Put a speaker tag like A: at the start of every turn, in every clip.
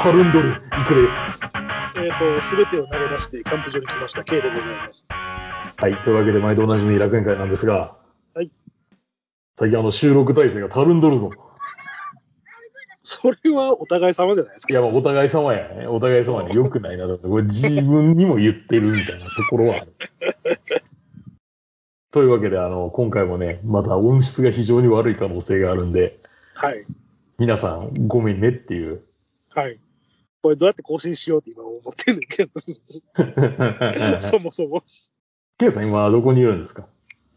A: たるんどる、いくです。
B: えっ、と、すべてを投げ出して、キャンプ場に来ました、K でございます。
A: はい、というわけで、毎度おなじみ楽園会なんですが、
B: はい。
A: 最近、あの、収録体制がたるんどるぞ。
B: それはお互い様じゃないです
A: い
B: か。
A: や、まあ、お互い様やね。お互い様に良くないなと思って、これ自分にも言ってるみたいなところはあ る。というわけで、あの、今回もね、また音質が非常に悪い可能性があるんで、
B: はい。
A: 皆さんごめんねって いう。
B: はい。これどうやって更新しようって今思ってんねんけど、そもそも
A: ケイさん、今どこにいるんですか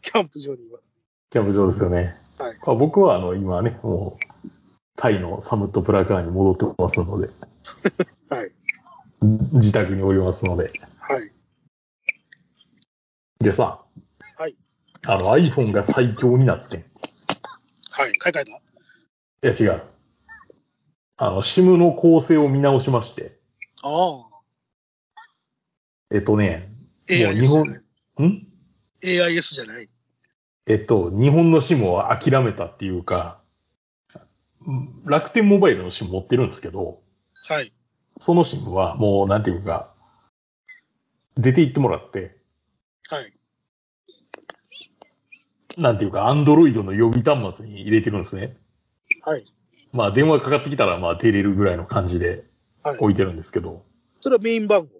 B: キャンプ場にいます。
A: キャンプ場ですよね。
B: はい
A: あ僕は、あの、今ね、もう、タイのサムットプラカーに戻ってますので、
B: はい。
A: 自宅におりますので。
B: はい。
A: でさ、
B: はい。
A: あの iPhone が最強になってん。い
B: はい。買い替えた
A: や、違う。あの、SIM の構成を見直しまして。
B: ああ。
A: えっとね、もう
B: AIS
A: 日
B: じゃ
A: 本
B: ない。、
A: ん
B: AIS じゃない。
A: えっと、日本の SIM を諦めたっていうか、うん楽天モバイルの SIM 持ってるんですけど、
B: はい。
A: その SIM はもう、なんていうか、出て行ってもらって、
B: はい。
A: なんていうか、Android の予備端末に入れてるんですね。
B: はい。
A: まあ、電話かかってきたら、まあ、出れるぐらいの感じで
B: はい。
A: 置いてるんですけど、
B: それはメイン番号、ね。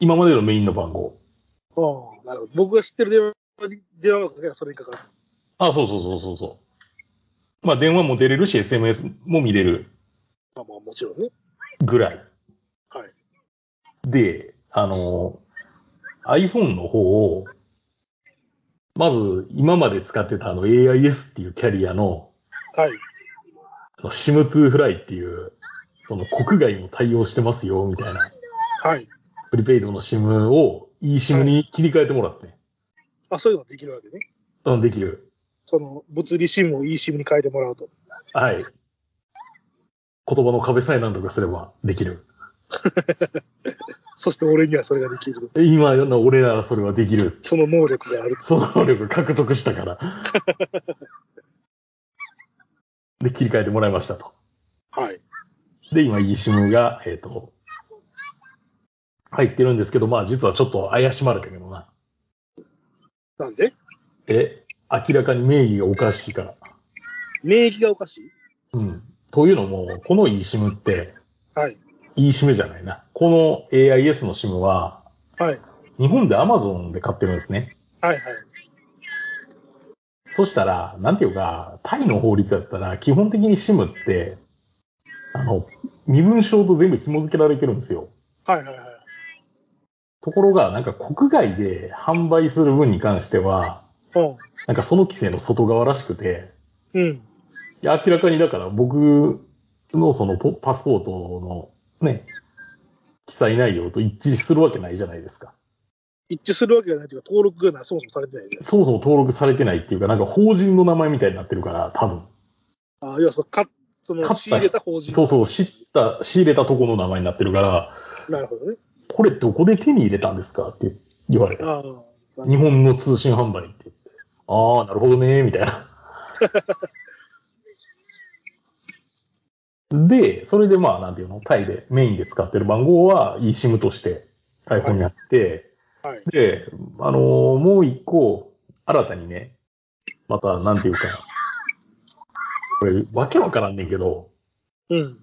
A: 今までのメインの番号、
B: ああ、なるほど。僕が知ってる電話に、電話のかけはそれにかかる。
A: あ、そうそうそうそうそう。まあ、電話も出れるし、SMS も見れる
B: まあまあもちろんね。
A: ぐらい。
B: はい。
A: で、あの、iPhone の方を、まず、今まで使ってたあの AIS っていうキャリアの、
B: はい。
A: あの SIM2 フライっていう、その国外も対応してますよ、みたいな、
B: はい。
A: プリペイドの SIM を eSIM に切り替えてもらって、
B: あ、そういうのができるわけね。
A: うん、できる。
B: その、物理シムを e シムに変えてもらうと。
A: はい。言葉の壁さえ何とかすればできる。
B: そして俺にはそれができると。
A: 今の俺ならそれはできる。
B: その能力があると。
A: その能力獲得したから。 で、切り替えてもらいましたと。
B: はい。
A: で、今、イシムが、えっ、と、入ってるんですけど、まあ、実はちょっと怪しまれたけどな。
B: なんで
A: え、明らかに名義がおかしいから。
B: 免疫がおかしい
A: うん。というのも、このイシムって、
B: はい。
A: イシムじゃないな。この AIS のシムは、
B: はい。
A: 日本で Amazon で買ってるんですね。
B: はいはい。
A: そしたら、なんていうか、タイの法律だったら、基本的に SIM って、あの、身分証と全部紐付けられてるんですよ。
B: はいはいはい。
A: ところが、なんか国外で販売する分に関しては、なんかその規制の外側らしくて、
B: うん。うん。
A: いや明らかにだから僕のそのポパスポートのね、記載内容と一致するわけないじゃないですか。
B: 一致するわけがないというか、登録がなそもそもされてないです。
A: そもそも登録されてないっていうか、なんか法人の名前みたいになってるから、多分。
B: ああ、要はその、か、その、
A: 買った
B: 仕入れた法人。
A: そうそう、知った、仕入れたとこの名前になってるから、
B: なるほどね。
A: これどこで手に入れたんですかって言われた。
B: ああ。
A: 日本の通信販売って。ああ、なるほどね、みたいな。 で、それでまあ、なんていうの、タイでメインで使ってる番号は eSIM として iPhone にあって、
B: はい。
A: で、あのーもう一個、新たにね、また、なんていうか、これ、わけわからんねんけど、
B: うん。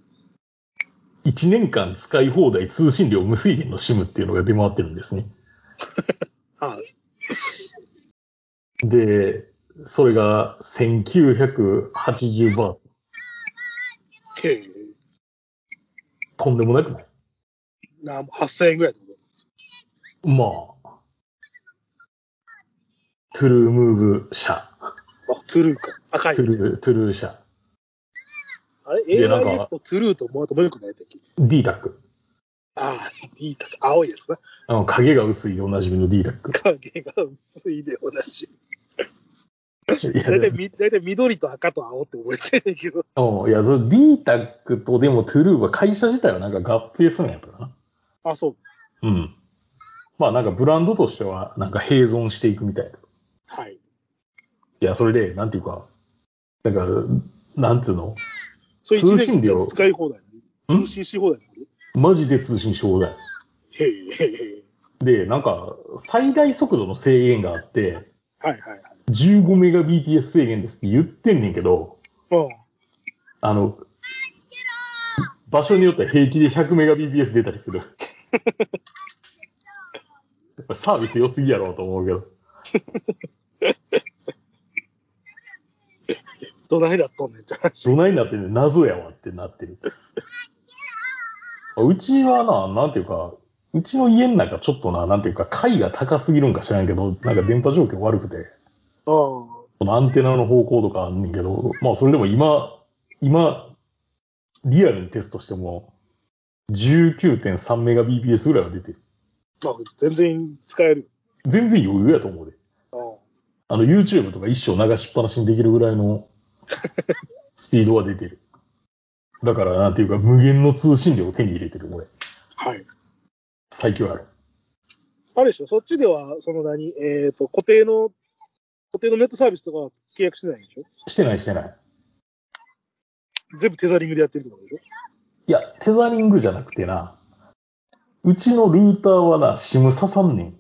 A: 1年間使い放題通信料無制限の SIM っていうのが出回ってるんですね。
B: あ
A: で、それが1980バーツ。
B: あ。けえ。
A: とんでもなくない
B: なあ、もう8000円ぐらいってこと
A: まあ。トゥルームーブ社。
B: あ、トゥルーか。赤い
A: ト
B: や
A: ゥ
B: つ。
A: ルー、トゥルー社。
B: あれ
A: でなんか
B: ?AIS とトゥルーともうあともう一個ないやったっけ
A: DTAC。
B: ああ、D タ青いやつな。
A: あの、影が薄いでおなじみの DTAC。
B: 影が薄いで同じ。
A: いや、
B: 大
A: で
B: 体み、大体緑と赤と青って覚えてるけど。
A: も、いや、その DTAC とでもトゥルーは会社自体はなんか合併するんやったかな。
B: あ、そう。
A: うん。まあなんかブランドとしてはなんか併存していくみたいな。
B: はい。
A: いや、それで、なんていうか、なんか、なんつうの
B: そういう一
A: 通信
B: 年
A: 料
B: 間使い放題。通信し放題だよね。
A: マジで通信し放題。
B: へいへいへい。
A: で、なんか、最大速度の制限があって、
B: はいはいはい。
A: 15メガ BPS 制限ですって言ってんねんけど、
B: うん。
A: あの、場所によっては平気で100メガ BPS 出たりする。やっぱサービス良すぎやろうと思うけど。
B: どないだったんねんって話。
A: どないになってんねん謎やわってなってる。うちはな、なんていうか、うちの家の中ちょっとな、なんていうか、階が高すぎるんか知らんけど、なんか電波状況悪くて、
B: うん。
A: このアンテナの方向とかあんねんけど、まあそれでも今、今、リアルにテストしても、19.3メガ BPS ぐらいは出てる。
B: まあ、全然使える
A: 全然余裕やと思うで。
B: よ。
A: あの YouTube とか一生流しっぱなしにできるぐらいのスピードは出てる。だからなんていうか、無限の通信量を手に入れてる、俺。
B: うん。はい。
A: 最強やろ。
B: あれでしょそっちでは、その何、えっ、と、固定の、固定のネットサービスとかは契約してないんでしょ
A: してないしてない。
B: 全部テザリングでやってるってことでしょ
A: いや、テザリングじゃなくてな、うちのルーターはな、SIM 刺さんねん。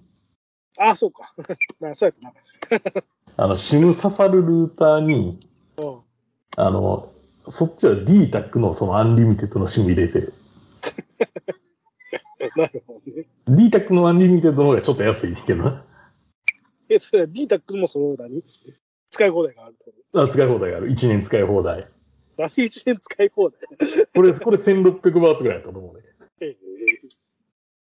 B: ああ、そうか。 まあ、そうやったな。
A: あの、SIM 刺さるルーターに、
B: うん。
A: あの、そっちは DTAC のそのアンリミテッドの SIM 入れてる。
B: なるほどね。
A: DTAC のアンリミテッドの方がちょっと安いねんけどな。
B: え、それは d タックもその何使い放題があるってこと
A: あ使い放題がある。1年使い放題。
B: 何一年使い放題
A: これ、これ1600バーツぐらいだったと思うね。
B: ええ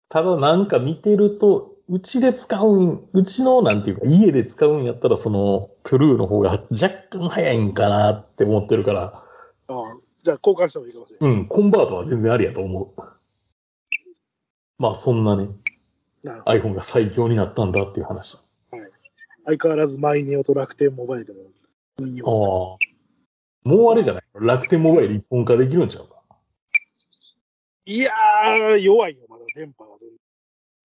A: ただなんか見てると、うちで使うん、うちのなんていうか家で使うんやったらそのトゥルーの方が若干早いんかなって思ってるから、
B: ああ、じゃあ交換した方がいいかもしれ
A: うん、コンバートは全然ありやと思う。まあそんなね、
B: ない。なるほど。
A: iPhone が最強になったんだっていう話。
B: 相変わらずマイネオと楽天モバイルの
A: あ
B: 運
A: あ。
B: 用。
A: もうあれじゃない楽天モバイル一本化できるんちゃうか
B: いやー、弱いよ、まだ電波が全然。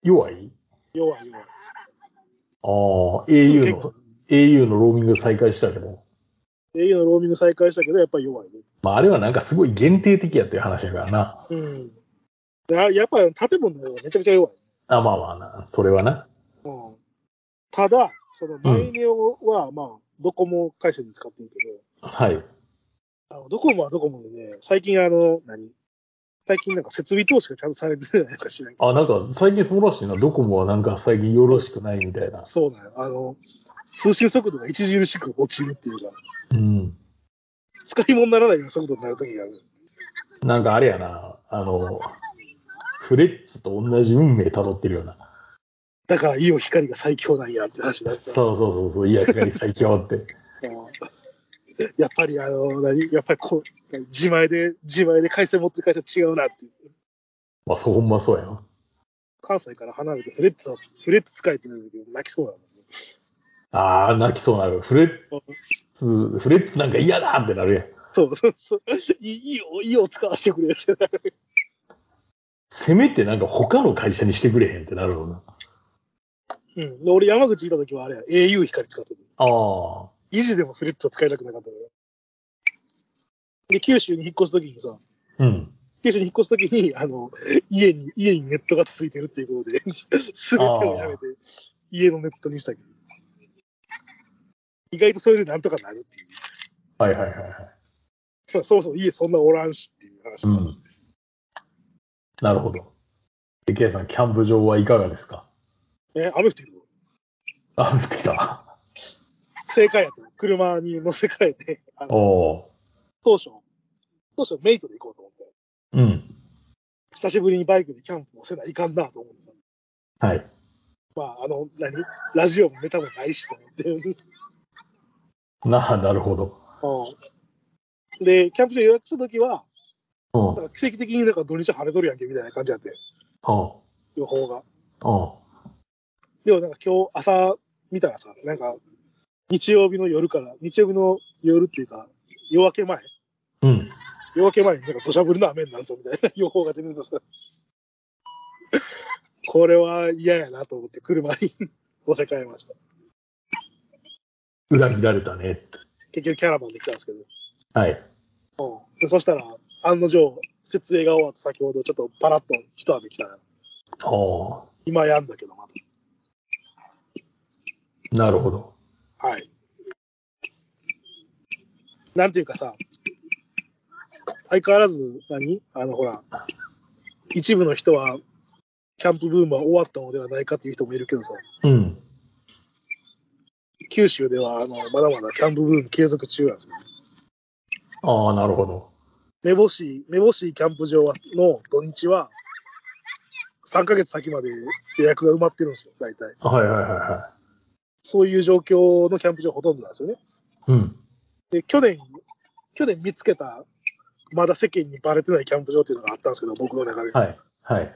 A: 弱い
B: 弱い弱い。
A: ああ、au
B: 結構
A: の、au のローミング再開したけど、
B: au のローミング再開したけど、やっぱり弱いね。
A: まああれはなんかすごい限定的やっていう話やからな。
B: うん。ややっぱり建物がめちゃくちゃ弱い。
A: あ、まあまあな、それはな。
B: うん、ただ、そのマイネオは、まあ、ドコモ回線で使ってるけ
A: はい。
B: ど、あのドコモはドコモでね、最近あの、何最近なんか設備投資がちゃんとされてないのかしらんけど
A: あ、なんか最近そうらしいな。ドコモはなんか最近よろしくないみたいな。
B: そうなの。あの、通信速度が著しく落ちるっていうか、
A: うん。
B: 使い物にならないような速度になるときがある。
A: なんかあれやな。あの、フレッツと同じ運命辿ってるような。
B: だから、イオ光が最強なんやって話だった。
A: そうそうそうそう。いや、光最強って。
B: うんやっぱり、あの、何やっぱりこう、自前で、自前で回線持ってる会社違うなっていう。
A: まあ、そう、ほんまそうやな。
B: 関西から離れてフレッツを、フレッツ使えって言うんだけど、泣きそうなの、ね。
A: ああ、泣きそうなる。フレッツ、フレッツなんか嫌だってなるやん。
B: そうそうそう。いいいいよ、いいよ、使わせてくれってなる。
A: せめてなんか他の会社にしてくれへんってなるよな。
B: うん。で俺、山口いた時はあれや、au 光使ってる。
A: ああ。
B: 維持でもフレッツは使いたくなかったから。で、九州に引っ越す時にさ、
A: うん。
B: 九州に引っ越す時に、あの、家に、家にネットがついてるっていうことで、 すべてをやめて、家のネットにしたけど。意外とそれでなんとかなるっていう。
A: はいはいはいはい。
B: まあそもそも家そんなおらんしっていう話。
A: うん。なるほど。で、ケイさん、キャンプ場はいかがですか
B: え、雨降ってるよ
A: あ、降ってきた。
B: 正解やった。車に乗せ替えて、あの、
A: おー。
B: 当初、当初メイトで行こうと思って、
A: うん。
B: 久しぶりにバイクでキャンプをせないかんなと思ってた。
A: はい。
B: まあ、あの、何ラジオもネタもないしと思って。
A: なあ、なるほど。
B: うんで、キャンプ場予約した時は、
A: うん。
B: なんか奇跡的になんか土日晴れとるやんけみたいな感じやって、
A: うん。
B: 予報が。
A: うん。
B: でもなんか今日朝見たらさ、なんか日曜日の夜から、日曜日の夜っていうか、夜明け前、
A: うん。
B: 夜明け前になんか土砂降りの雨になるぞみたいな 予報が出てたさ。これは嫌やなと思って車に乗せ替えました。
A: 裏切られたねって。
B: 結局キャラバンで来たんですけど。
A: はい。
B: でそしたら、案の定、設営が終わって先ほどちょっとパラッと一雨来たら、
A: あ
B: 今やんだけどまだ。
A: あ、なるほど。
B: はい。なんていうかさ、相変わらず何、あの、ほら、一部の人は、キャンプブームは終わったのではないかっていう人もいるけどさ、
A: うん。
B: 九州では、あの、まだまだキャンプブーム継続中なんですよ。
A: ああ、なるほど。
B: 目星、目星キャンプ場はの土日は、3ヶ月先まで予約が埋まってるんですよ、大体。
A: はいはいはいは
B: そういう状況のキャンプ場ほとんどなんですよね。
A: い。うん。
B: で、去年、去年見つけた、まだ世間にバレてないキャンプ場っていうのがあったんですけど、僕の中で。
A: はい。はい。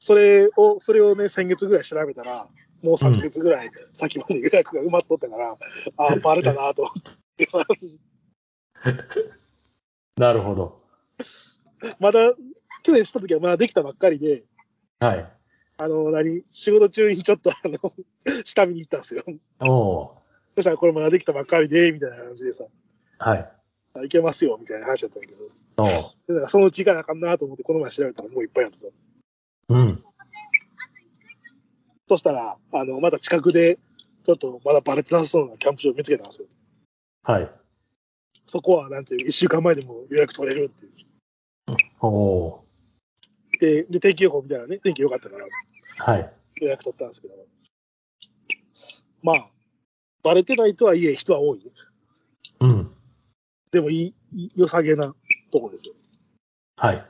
B: それを、それをね、先月ぐらい調べたら、もう3ヶ月ぐらい先まで予約が埋まっとったから、ああ、 バレたなと思ってさ、
A: なるほど。
B: まだ、去年した時はまだできたばっかりで、
A: はい。
B: あの、何、仕事中にちょっと、あの、 下見に行ったんですよ。
A: おお
B: そしたら、これまだできたばっかりで、みたいな感じでさ、
A: ー。はい。
B: あいけますよ、みたいな話だったんだけど、で
A: おお。
B: だからそのうち行かなあかんなと思って、この前調べたらもういっぱいやってた。
A: うん。
B: そしたら、あの、まだ近くで、ちょっとまだバレてなさそうなキャンプ場を見つけたんですよ。
A: はい。
B: そこは、なんていう、1週間前でも予約取れるっていう。
A: おお
B: で、で天気予報みたいなね、天気良かったから
A: ー。はい。
B: 予約取ったんですけど、まあ、バレてないとはいえ人は多い。
A: うん。
B: でもいい、い良さげなとこですよ。
A: はい。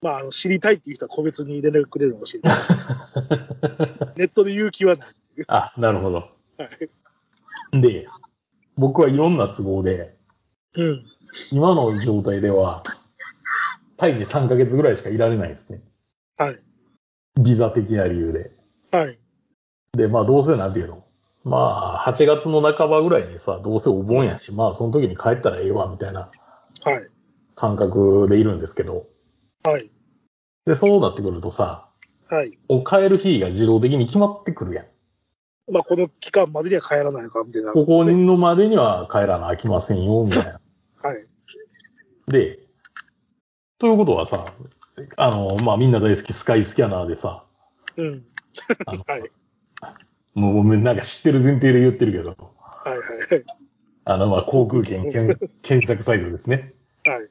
B: まあ、あの知りたいっていう人は個別に連絡くれるのもし れない。ネットで言う気はない。
A: あ、なるほど。
B: はい
A: で、僕はいろんな都合で、
B: うん。
A: 今の状態では、タイに3ヶ月ぐらいしかいられないですね。
B: はい。
A: ビザ的な理由で。
B: はい。
A: で、まあどうせなんていうのまあ8月の半ばぐらいにさ、どうせお盆やし、まあその時に帰ったらええわ、みたいな
B: はい。
A: 感覚でいるんですけど。
B: はい。
A: で、そうなってくるとさ、
B: はい。
A: お帰る日が自動的に決まってくるやん。
B: まあ、この期間までには帰らないか、みたいな。
A: ここのまでには帰らなあきませんよ、みたいな。
B: はい。
A: で、ということはさ、あの、まあみんな大好きスカイスキャナーでさ、
B: うん。
A: あの
B: はい。
A: もうなんか知ってる前提で言ってるけど、
B: はい。はい。
A: あの、まあ、航空券検検索サイトですね。
B: はい。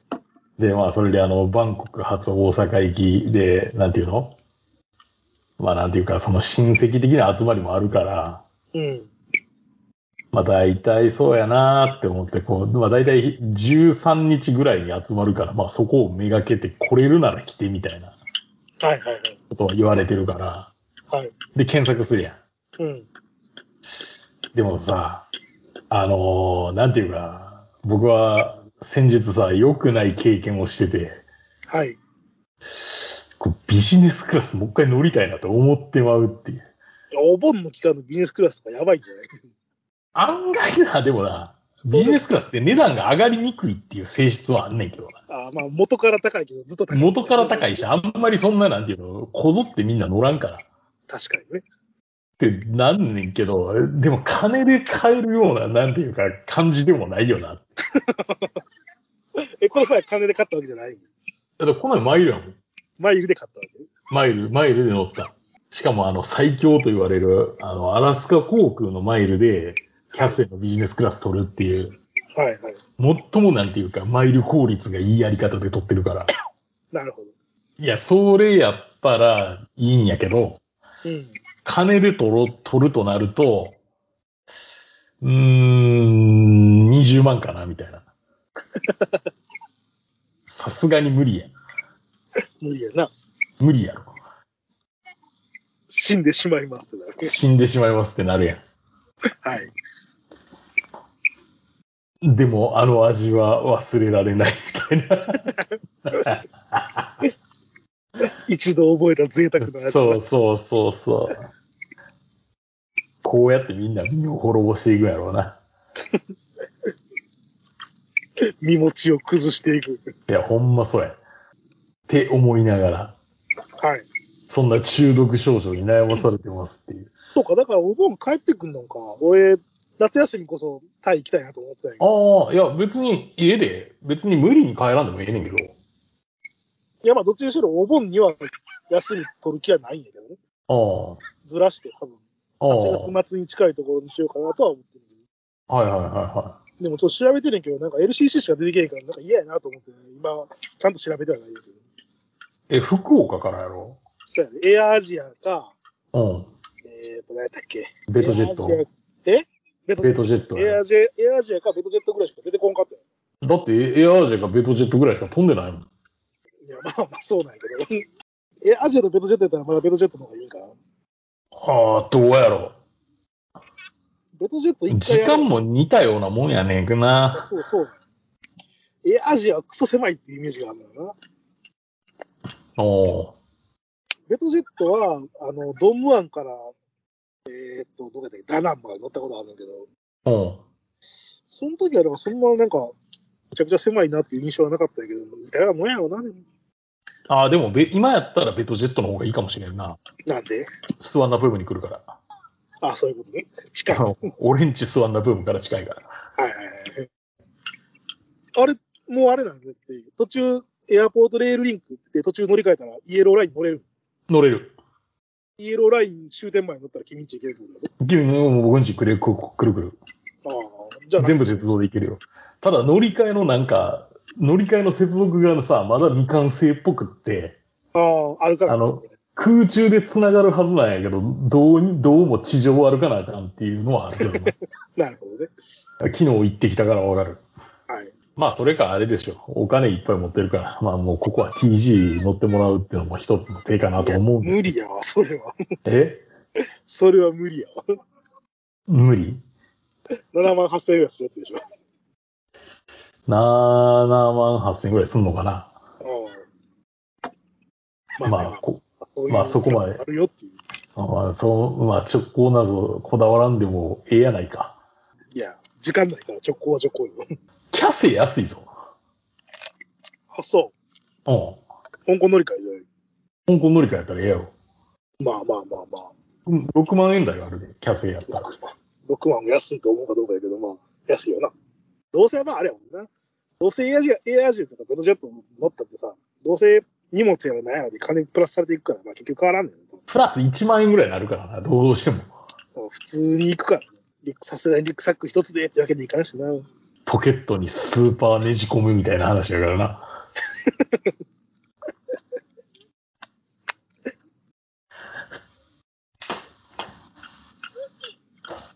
A: で、まあ、それで、あの、バンコク発大阪行きで、なんていうのまあ、なんていうか、その親戚的な集まりもあるから、
B: うん。
A: まあ、大体そうやなーって思って、こう、まあ、大体13日ぐらいに集まるから、まあ、そこをめがけて来れるなら来てみたいな
B: はい。はい。
A: ことは言われてるから、
B: はい。
A: で、検索するやん。
B: うん。
A: でもさ、あのーなんていうか、僕は先日さ、良くない経験をしてて、
B: はい。
A: こうビジネスクラスもう一回乗りたいなと思ってまうっていう。
B: お盆の期間のビジネスクラスとかやばいんじゃない
A: 案外な、でもな、ビジネスクラスって値段が上がりにくいっていう性質はあんねんけどな。
B: あーまあ、元から高いけど、ずっと高い。
A: 元から高
B: い。
A: いし、あんまりそんななんていうの、こぞってみんな乗らんから。っ
B: 確かにね。
A: てなんねんけど、でも金で買えるような、なんていうか、感じでもないよな。
B: え、この前金で買ったわけじゃない
A: だってこの前マイルやもん。
B: マイルで買ったわけ
A: マイル、マイルで乗った。しかもあの、最強と言われる、あの、アラスカ航空のマイルで、キャッセルのビジネスクラス取るっていう。
B: はいはい。
A: 最もなんていうか、マイル効率がいいやり方で取ってるから。
B: なるほど。
A: いや、それやったらいいんやけど、
B: うん。
A: 金で取ろ、取るとなると、うーん、20万かな、みたいな。 さすがに無理や。
B: 無理やな。
A: 無理やろ。
B: 死んでしまいますってなる。
A: 死んでしまいますってなるや
B: はい。
A: ん。でも、あの味は忘れられない、みたいな。
B: 一度覚えた贅沢な味。
A: そうそうそうそう。こうやってみんな身を滅ぼしていくんやろうな。
B: 身持ちを崩していく。
A: いや、ほんまそうや。って思いながら、
B: はい。
A: そんな中毒症状に悩まされてますっていう。
B: そうか、だからお盆帰ってくんのか。俺、夏休みこそタイ行きたいなと思ってたんやけど。
A: ああ、いや、別に家で、別に無理に帰らんでもええねんけど、
B: いや、まあ、どっちにしろお盆には休み取る気はないんやけどね。
A: ああ。
B: ずらして、多分、
A: ああ。
B: 8月末に近いところにしようかなとは思ってるけど。
A: はいはいはいは
B: でもちょっと調べてるんやけど、なんか LCC しか出てけへんから、なんか嫌やなと思って、今、ちゃんと調べてはないんやけど。
A: い。え、福岡からやろ
B: そうやね。エアアジアか、
A: うん。
B: えーと、何やったっけ。
A: ベトジェット
B: エア。アジアえベトジ
A: ベ
B: ェッ
A: トジェット
B: ト。エア
A: や。
B: アジア、エアアジアかベトジェットぐらいしか出てこんかったよ。
A: だってエエアージェがベトジェットぐらいしか飛んでないもん。
B: いや、まあまあ、そうなんやけど。エアアジアとベトジェットやったら、まだベトジェットの方がいいかな。
A: はあ、どうやろ
B: ベトジェット
A: う。
B: 一
A: 時
B: 回やろう
A: 間も似たようなもんやねんくな。
B: そうそう。エアアジアはクソ狭いっていうイメージがあるんだよな。
A: おお
B: ベトジェットは、あの、ドンムアンから、えーっと、どこやったっけ、ダナンまで乗ったことあるんだけど、
A: う。うん。
B: その時は、だからそんななんか、めちゃくちゃ狭いなっていう印象はなかったけど、みたいなもんやろうな、でも
A: ああ、でもベ今やったらベトジェットの方がいいかもしれんな。
B: なんで
A: スワンナブームに来るから。
B: あ、そういうことね。近 い。
A: あ
B: はい
A: の、オレンジスワンナブームから近いから。
B: はいはい。あれ、もうあれなんだって、途中、エアポートレールリンクって途中乗り換えたら、イエローライン乗れる。
A: 乗れる。
B: イエローライン終点前に乗ったら君んち行けるってことだぞ
A: 君も僕んちくれくくるくる。。
B: ああ、じゃあな
A: 全
B: んか
A: 部鉄道で行けるよ。ただ乗り換えのなんか、乗り換えの接続がさ、まだ未完成っぽくって、
B: ああ、あるから。
A: あの空中で繋がるはずなんやけど、どうに、どうも地上を歩かなあかんっていうのはあるけどな、
B: なるほどね。
A: 昨日行ってきたからわかる。
B: はい。
A: まあそれかあれでしょ。お金いっぱい持ってるから、まあもうここは TG 乗ってもらうっていうのも一つの手かなと思うん
B: いや無
A: です
B: 理やわ、それは。
A: けど。え
B: それは無理やわ。
A: 無理
B: 7万8000円ぐらいするやつでしょ。
A: ?7 万8000円ぐらいすんのかな。
B: うん
A: まあ、、こ
B: ういう
A: まあそこまで
B: あるよっていう。
A: まあ、そう、まあ直行なぞこだわらんでもええやないか。
B: いや、時間ないから直行は直行よ。
A: キャセ安いぞ。
B: あ、そ
A: うん。
B: う。香港乗り換えじゃない。
A: 香港乗り換えやったらええやろ。
B: まあまあまあま
A: うん6万円台はあるで、キャセやった
B: あ。
A: ら。
B: 6万。6万も安いと思うかどうかやけど、まあ、安いよな。どうせまああれやもんな。どうせエアアジア、エアアジアとかベトジェット乗ったってさ、どうせ荷物やらなんやらで金プラスされていくから、まあ結局変わらんねん。
A: プラス1万円ぐらいになるからな、どうしても。
B: 普通に行くからねリュック。さすがにリュックサック一つでってわけにいかんしな。
A: ポケットにスーパーねじ込むみたいな話やからな。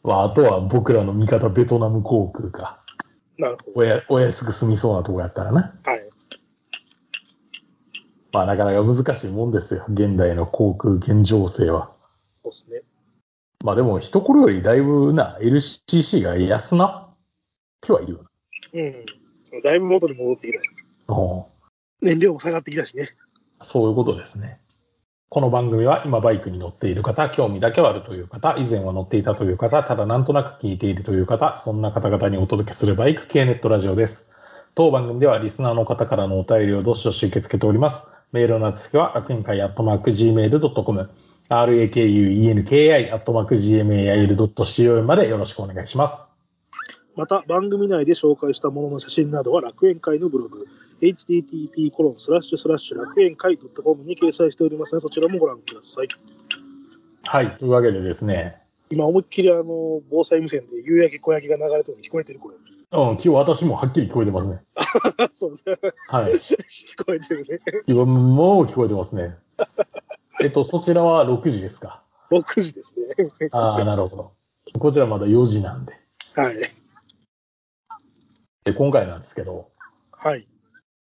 A: まあ、あとは僕らの味方ベトナム航空か。
B: なるほど。
A: おやお安く済みそうなとこやったらな。
B: はい。
A: まあなかなか難しいもんですよ。現代の航空現情勢は。
B: そうですね。
A: まあでも一頃よりだいぶな、LCC が安なってはいるよな。
B: うん。だいぶ元に戻ってきたよ。
A: うん
B: 燃料も下がってきたしね。
A: そういうことですね。この番組は今バイクに乗っている方、興味だけはあるという方、以前は乗っていたという方、ただなんとなく聞いているという方、そんな方々にお届けするバイク系ネットラジオです。当番組ではリスナーの方からのお便りをどしどし受け付けております。メールの宛先は、楽園会アットマーク Gmail.com、rakuenki アットマーク Gmail.co までよろしくお願いします。
B: また、番組内で紹介したものの写真などは楽園会のブログ、http コロンスラッシュスラッシュ楽園会 .com に掲載しておりますので、そちらもご覧ください。
A: はい。というわけでですね、
B: 今思いっきりあの、防災無線で夕焼け小焼けが流れてるの聞こえてるこれ。
A: う ん、今日私もはっきり聞こえてますね。
B: そうですね。
A: はい。
B: 聞こえてるね。
A: 今もう聞こえてますね。えっと、そちらは6時ですか。
B: 6時ですね。
A: ああ、なるほど。こちらまだ4時なんで。
B: はい。
A: で、今回なんですけど、
B: はい。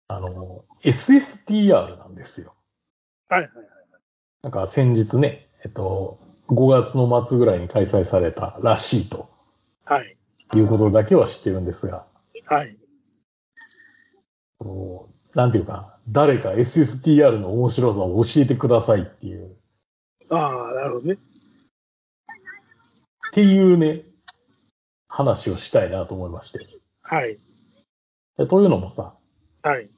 A: あの、SSTR なんですよ。
B: はいはい。
A: なんか先日ね、えっと、5月の末ぐらいに開催されたらしいと
B: はい。
A: いうことだけは知ってるんですが、
B: はい。
A: こうなんていうか、誰か SSTR の面白さを教えてくださいっていう、っ
B: ああ、なるほどね。
A: ていうね、話をしたいなと思いまして。
B: はい。
A: でというのもさ、
B: はい。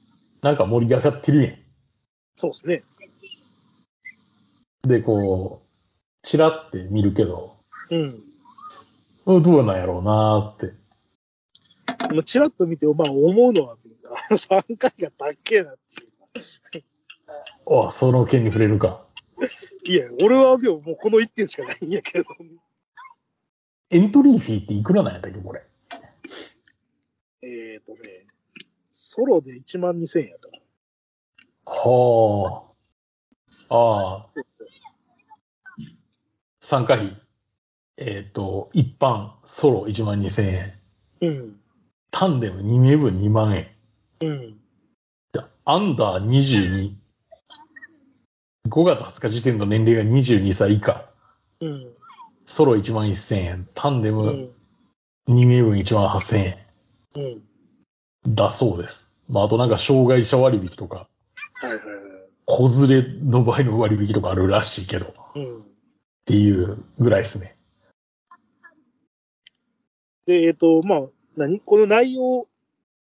A: なんか盛り上がってるやん。
B: そうですね。
A: で、こう、チラって見るけど、
B: うん。
A: うんどうなんやろうなーって。
B: まあ、ちらっと見て、まあ、思うのは、あの3回がだっけなっていうさ
A: おうその件に触れるか。
B: いや、俺はでももうこの1点しかないんやけど。
A: エントリーフィーっていくらなんやったっけ、これ。
B: えっ、ー、とね、ソロで1万2000円やと。
A: はあ。ああ。参加費。えっ、と、一般、ソロ1万2000円。
B: うん。
A: タンデム2名分2万円。
B: うん。
A: アンダー22。5月20日時点の年齢が22歳以下。
B: うん。
A: ソロ1万1000円。タンデ
B: う
A: ム
B: ん。
A: 2名分1万8000円。
B: うん。
A: だそうです。まあ、あとなんか障害者割引とか、
B: はいはいは
A: 子連れの場合の割引とかあるらしいけど、っ
B: い。うん。
A: ていうぐらいですね。
B: で、えっ、と、まあ、何この内容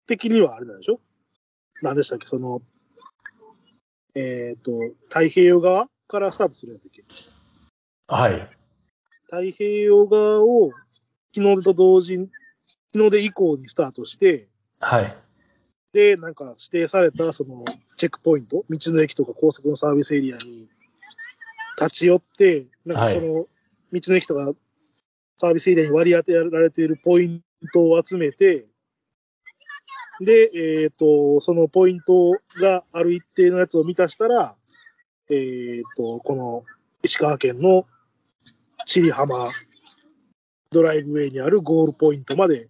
B: 的にはあれなんでしょ何でしたっけその、えっ、と、太平洋側からスタートするんだっけ
A: はい。
B: 太平洋側を昨日と同時に、昨日で以降にスタートして、
A: はい。
B: で、なんか指定されたそのチェックポイント、道の駅とか高速のサービスエリアに立ち寄って、なんかその道の駅とかサービスエリアに割り当てられているポイントを集めて、で、えっ、と、そのポイントがある一定のやつを満たしたら、えっ、と、この石川県の千里浜ドライブウェイにあるゴールポイントまで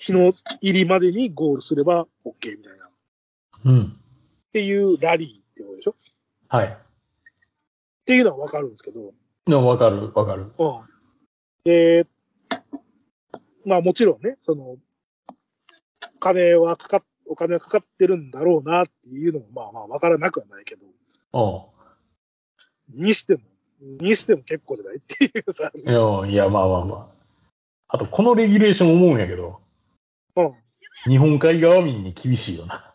B: 日の入りまでにゴールすれば OK みたいな。っ
A: うん。
B: ていうラリーってことでしょっ
A: はい。
B: ていうのはわかるんですけど。
A: でもわかる、わかる。
B: うん。で、まあもちろんね、その、お金はかかっ、お金はかかってるんだろうなっていうのもまあまあわからなくはないけど、
A: う
B: にしても、にしても結構じゃないっていうさ、
A: ん。いや、いやまあまあまあ。あと、このレギュレーション思うんやけど、
B: うん。ま
A: 日本海側民に厳しいよな。
B: あ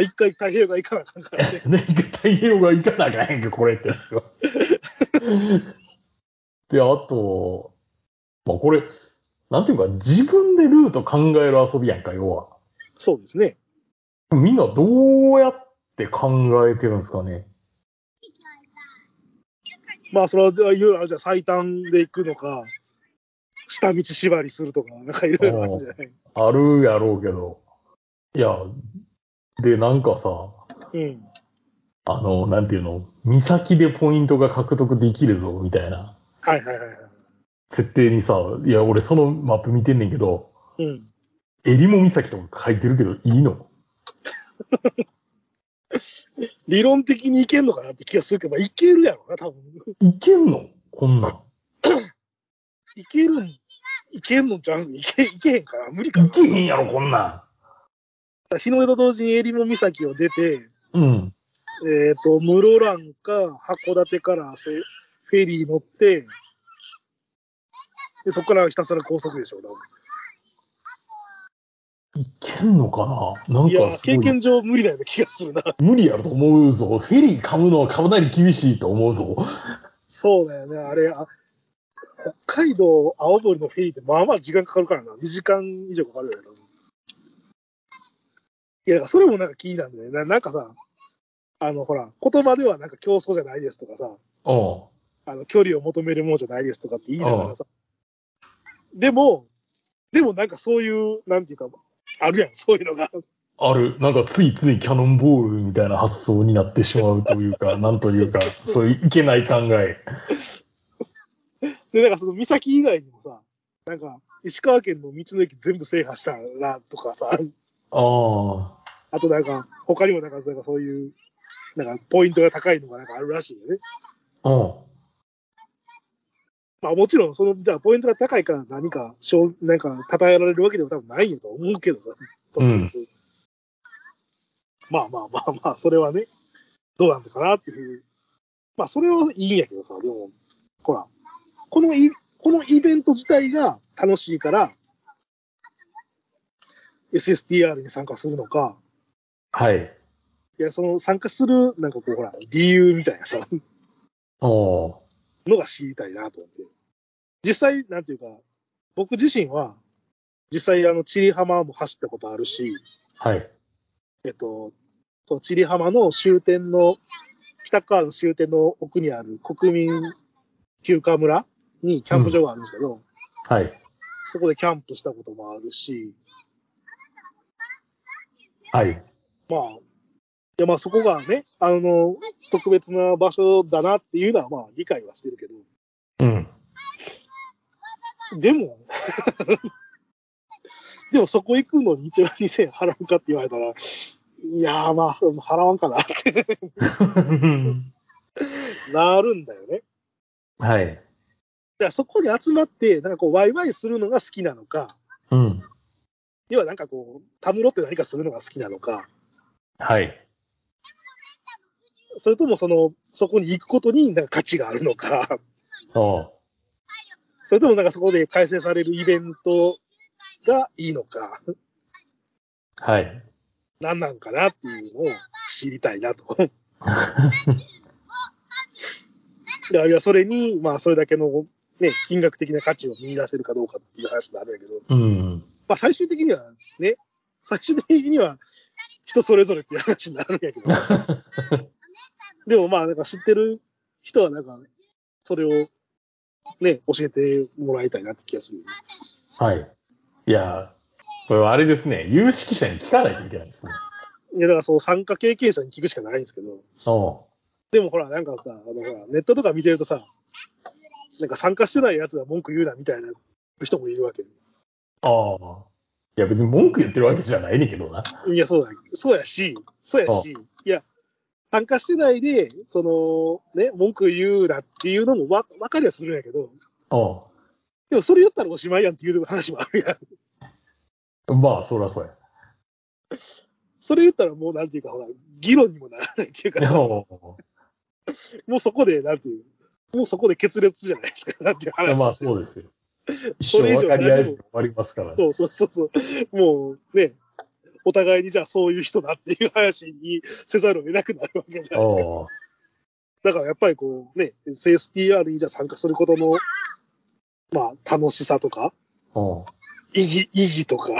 B: 一回太平洋がいかなあかんか らね。
A: ね、太平洋が行かなあかんやんけ、これって。 で、あと、まあこれ、なんていうか、自分でルート考える遊びやんか、要は。
B: そうですね。
A: みんなどうやって考えてるんですかね。
B: まあそれはいろいろあるじゃん。最短で行くのか、下道縛りするとか、なんかいろいろあるんじゃない
A: あるやろうけど。いや、で、なんかさ、
B: うん。
A: あの、なんていうの、見先でポイントが獲得できるぞ、みたいな
B: はいはいはいはい。
A: 設定にさ、いや、俺そのマップ見てんねんけど、
B: うん。
A: 襟裳岬とか書いてるけど、いいの
B: 理論的にいけんのかなって気がするけど、まあ、いけるやろな、多分。
A: いけんのこんなん。
B: いけるん、いけんのじゃん、いけ、いけへんから、無理か
A: いけへんやろ、こんな
B: な。日の出と同時に襟裳岬を出て、
A: ん。うん。
B: えっ、と、室蘭か函館からせフェリー乗って、で、そこからひたすら高速でしょ、多分
A: いけんのかななん
B: いや
A: か、すごい
B: 経験上無理だような気がするな。
A: 無理やろと思うぞ。フェリー買うのはかなり厳しいと思うぞ。
B: そうだよね、あれ、あ北海道、青森のフェリーって、まあまあ時間かかるからな、2時間以上かかるよね、多分いや、だからそれもなんか気になるんだよねな。なんかさ、あの、ほら、言葉ではなんか競争じゃないですとかさ、
A: お
B: あの距離を求めるものじゃないですとかって言いながらさ、でも、でもなんかそういう、なんていうか、あるやん、そういうのが。
A: ある。なんか、ついついキャノンボールみたいな発想になってしまうという か、なんというか、そういういけない考え。
B: で、なんかその岬以外にもさ、なんか、石川県の道の駅全部制覇したらとか
A: あ
B: さ、
A: あ。
B: あとなんか、他にもなんか、なんかそういう、なんか、ポイントが高いのがなんかあるらしいよね。
A: うん。
B: まあもちろん、その、じゃあポイントが高いから何か、しょうなんか、称えられるわけでも多分ないよと思うけどさ。
A: うん
B: まあまあまあまあ、それはね、どうなんのかなっていうふうに。まあそれはいいんやけどさ、でも、ほら、このい、このイベント自体が楽しいから、SSTR に参加するのか、
A: はい。
B: いや、その参加する、なんかこう、ほら、理由みたいなさ、
A: おー
B: のが知りたいなと思って。実際、なんていうか、僕自身は、実際、あの、チリ浜も走ったことあるし、
A: はい。
B: えっと、そのチリ浜の終点の北川の終点の奥にある国民休暇村にキャンプ場があるんですけど、
A: はい。
B: そこでキャンプしたこともあるし、
A: はい。
B: まあ、いやまあそこがね、あの、特別な場所だなっていうのはまあ理解はしてるけど、
A: うん。
B: でも、 でもそこ行くのに1万2000円払うかって言われたら、いやーまあ払わんかなってなるんだよね。
A: はい。
B: だからそこに集まって、なんかこう、ワイワイするのが好きなのか、
A: うん。
B: 要はなんかこう、たむろって何かするのが好きなのか、
A: はい。
B: それともその、そこに行くことになんか価値があるのか、
A: お
B: それともなんかそこで開催されるイベントがいいのか、
A: はい。
B: 何なんかなっていうのを知りたいなと。いや、いや、それに、まあ、それだけの、ね、金額的な価値を見出せるかどうかっていう話になるんやけど、
A: うん。
B: まあ、最終的にはね、最終的には人それぞれっていう話になるんやけど。でもまあ、なんか知ってる人はなんか、それをね、教えてもらいたいなって気がするよね。
A: はい。いやー、これはあれですね。有識者に聞かないといけないですね。
B: いや、だからそう参加経験者に聞くしかないんですけど、
A: お
B: でもほら、なんかさ、あのほら、ネットとか見てるとさ、なんか参加してないやつは文句言うなみたいな人もいるわけ。
A: ああ。いや、別に文句言ってるわけじゃないねんけどな。
B: いや、そうだ、そうやし、そうやし、いや、参加してないで、その、ね、文句言うなっていうのもわ分かりはするんやけど、
A: お
B: でもそれ言ったらおしまいやんっていう話もあるやん。
A: まあ、そらそうや。
B: それ言ったらもうなんていうか、ほら、議論にもならないっていうか、
A: お
B: もうそこで、なんていう、もうそこで決裂じゃないですか、なんていう話。
A: まあ、そうですよ。一生分かり合えず終わりますからね。
B: そうそうそうそう。もうね、お互いにじゃあそういう人だっていう話にせざるを得なくなるわけじゃないですか。
A: おう
B: だからやっぱりこうね、CSPR にじゃあ参加することの、まあ楽しさとか、
A: おう
B: 意義、意義とか。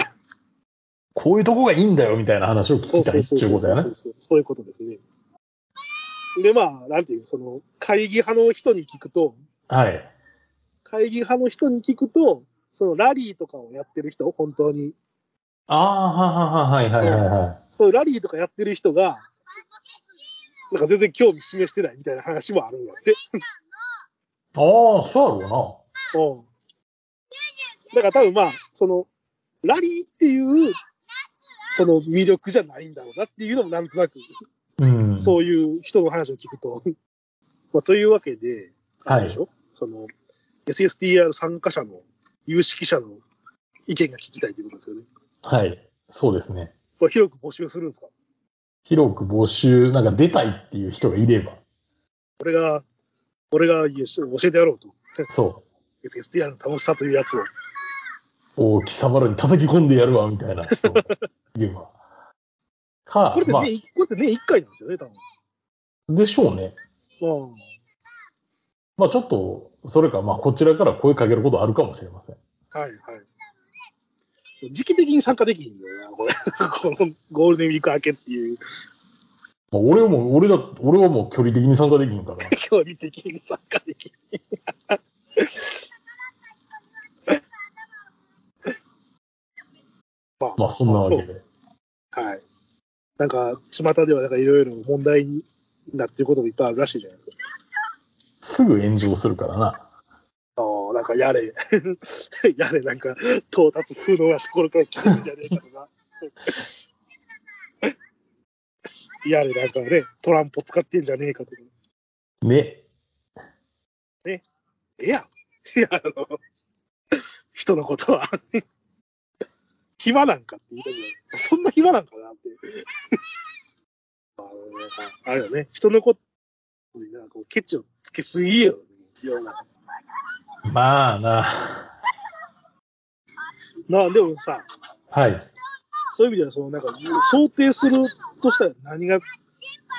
A: こういうとこがいいんだよみたいな話を聞
B: そう
A: きた
B: そ
A: いうって
B: そう
A: いうこ
B: そ
A: と
B: うそ
A: や
B: う
A: な
B: そう。そういうことですね。でまあ、なんていう、その、会議派の人に聞くと、
A: はい。
B: 会議派の人に聞くと、そのラリーとかをやってる人、本当に。
A: ああ、はいはいはいはいは
B: そういうラリーとかやってる人が、なんか全然興味示してないみたいな話もあるんやって。
A: い。ああ、そうやろ
B: うん。だから多分まあ、その、ラリーっていう、その魅力じゃないんだろうなっていうのもなんとなく、
A: うな。うん。
B: そういう人の話を聞くと。 まあ、というわけで、あれでしょ、その、SSTR 参加者の、有識者の意見が聞きたいということですよね。
A: はい。そうですね。
B: これ広く募集するんですか
A: 広く募集、なんか出たいっていう人がいれば。
B: 俺が、俺がいや教えてやろうと。
A: そ
B: SSTR の楽しさというやつを。
A: う。おう、貴様らに叩き込んでやるわ、みたいな 人がいれば。か
B: これ、で
A: ま
B: ね、いこれってね、一回なんですよね、多
A: あ、でしょうね。
B: 分。うん。
A: まあちょっと、それか、まあこちらから声かけることあるかもしれません。
B: はいはい。時期的に参加できひんだよな、これ。 このゴールデンウィーク明けっていう、
A: まあ、俺も、俺だ、俺はもう距離的に参加できん から。
B: 競技的に参加できひん。 まあ
A: まあそんなわけで。
B: はい。なんか、巷ではなんかいろいろ問題になってることもいっぱいあるらしいじゃないですか。
A: すぐ炎上するからな。
B: あーなんかやれ、 やれなんか到達不能なところから来てるんじゃねえかとか。やれなんかね、トランポ使ってんじゃねえかとか。
A: ね。
B: いや、いや、あの、人のことは、暇なんかって言いたくない。そんな暇なんかなって。あのなんかあれだね、人のことになんかこうケチをつけすぎよ、世の中。
A: まあな。
B: なあ、でもさ、
A: はい。
B: そういう意味では、そのなんか、想定するとしたら何が、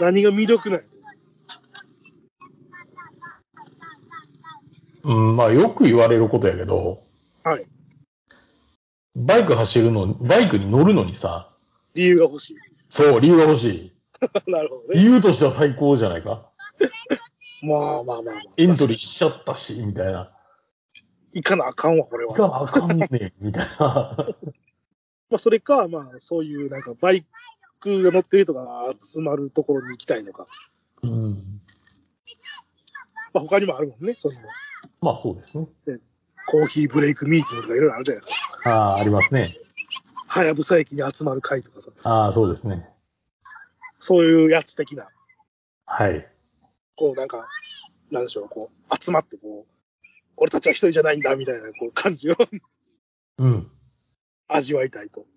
B: 何が魅力なんや
A: うん、まあよく言われることやけど、
B: はい。
A: バイク走るの、バイクに乗るのにさ、
B: 理由が欲しい。
A: そう、理由が欲し
B: なるほど
A: い。理
B: ね。
A: 由としては最高じゃないか。
B: まあまあまあまあ。
A: エントリーしちゃったし、みたいな。
B: いかなあかんわ、これ
A: い
B: は。
A: かなあかんねん、みたいな。
B: まあ、それか、まあ、そういう、なんか、バイクが乗ってる人が集まるところに行きたいのか。
A: うん。
B: まあ、他にもあるもんね。その、
A: まあそうですね。
B: コーヒーブレイクミーティングとかいろいろあるじゃないですか。
A: ああ、ありますね。
B: はやぶさ駅に集まる会とかさ。
A: ああ、そうですね。
B: そういうやつ的な、
A: はい。
B: こう、なんか、なんでしょう、こう、集まって、こう、俺たちは一人じゃないんだ、みたいな、こう、感じを
A: うん。
B: 味わいたいと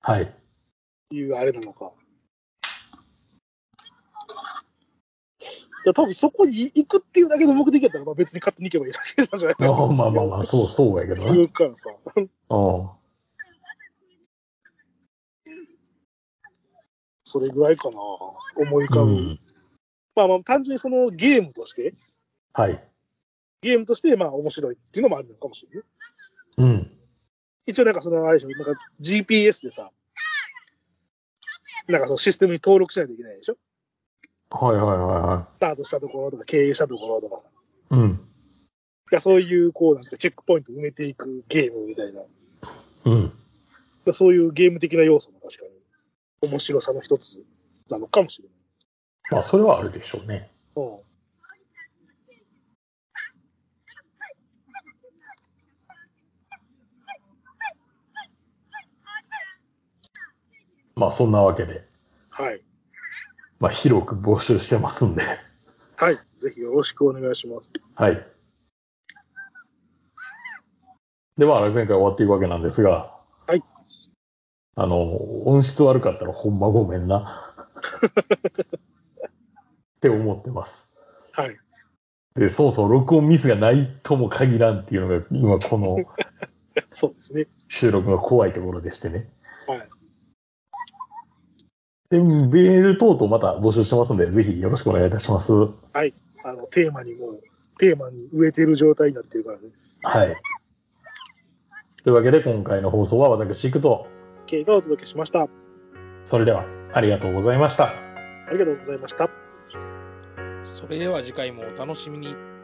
A: はい。
B: いうあれなのか。いや、多分そこに行くっていうだけの目的やったら、まあ、別に勝手に行けばいいだけなんじゃない
A: あ
B: かな
A: あまあまあまあ、そう、そうやけどな。
B: 言うからさ。
A: うん。
B: それぐらいかな、思い浮かぶ。
A: うん。
B: まあまあ、単純にそのゲームとして、
A: はい。
B: ゲームとして、まあ面白いっていうのもあるのかもしれない。
A: うん。
B: 一応なんかその、あれでしょ、なんか GPS でさ、なんかそのシステムに登録しないといけないでしょ。
A: はいはいは
B: スタートしたところとか、経営したところとかさ。
A: いはい。うん。
B: いや、そういう、こう、なんかチェックポイント埋めていくゲームみたいな。
A: うん。
B: そういうゲーム的な要素も確かに、面白さの一つなのかもしれない。
A: まあ、それはあるでしょうね。
B: うん。
A: まあ、そんなわけで、
B: はい。
A: まあ、広く募集してますんで。
B: はい。ぜひよろしくお願いします。
A: はい。で、まあ、楽園会終わっていくわけなんですが、
B: はい。
A: あの、音質悪かったらほんまごめん な。って思ってます。
B: はい。
A: で、そもそも録音ミスがないとも限らんっていうのが、今この
B: そうですね。
A: 収録の怖いところでして ね。
B: はい。
A: で、メール等々また募集してますので、ぜひよろしくお願いいたします。は
B: はい。あの、テーマにもう、テーマに植えてる状態になってるからね。
A: い。というわけで、今回の放送は私行くと、
B: 経がお届けしました。あ
A: それではありがとうございました。
B: りがとうございました。
C: それでは次回もお楽しみに。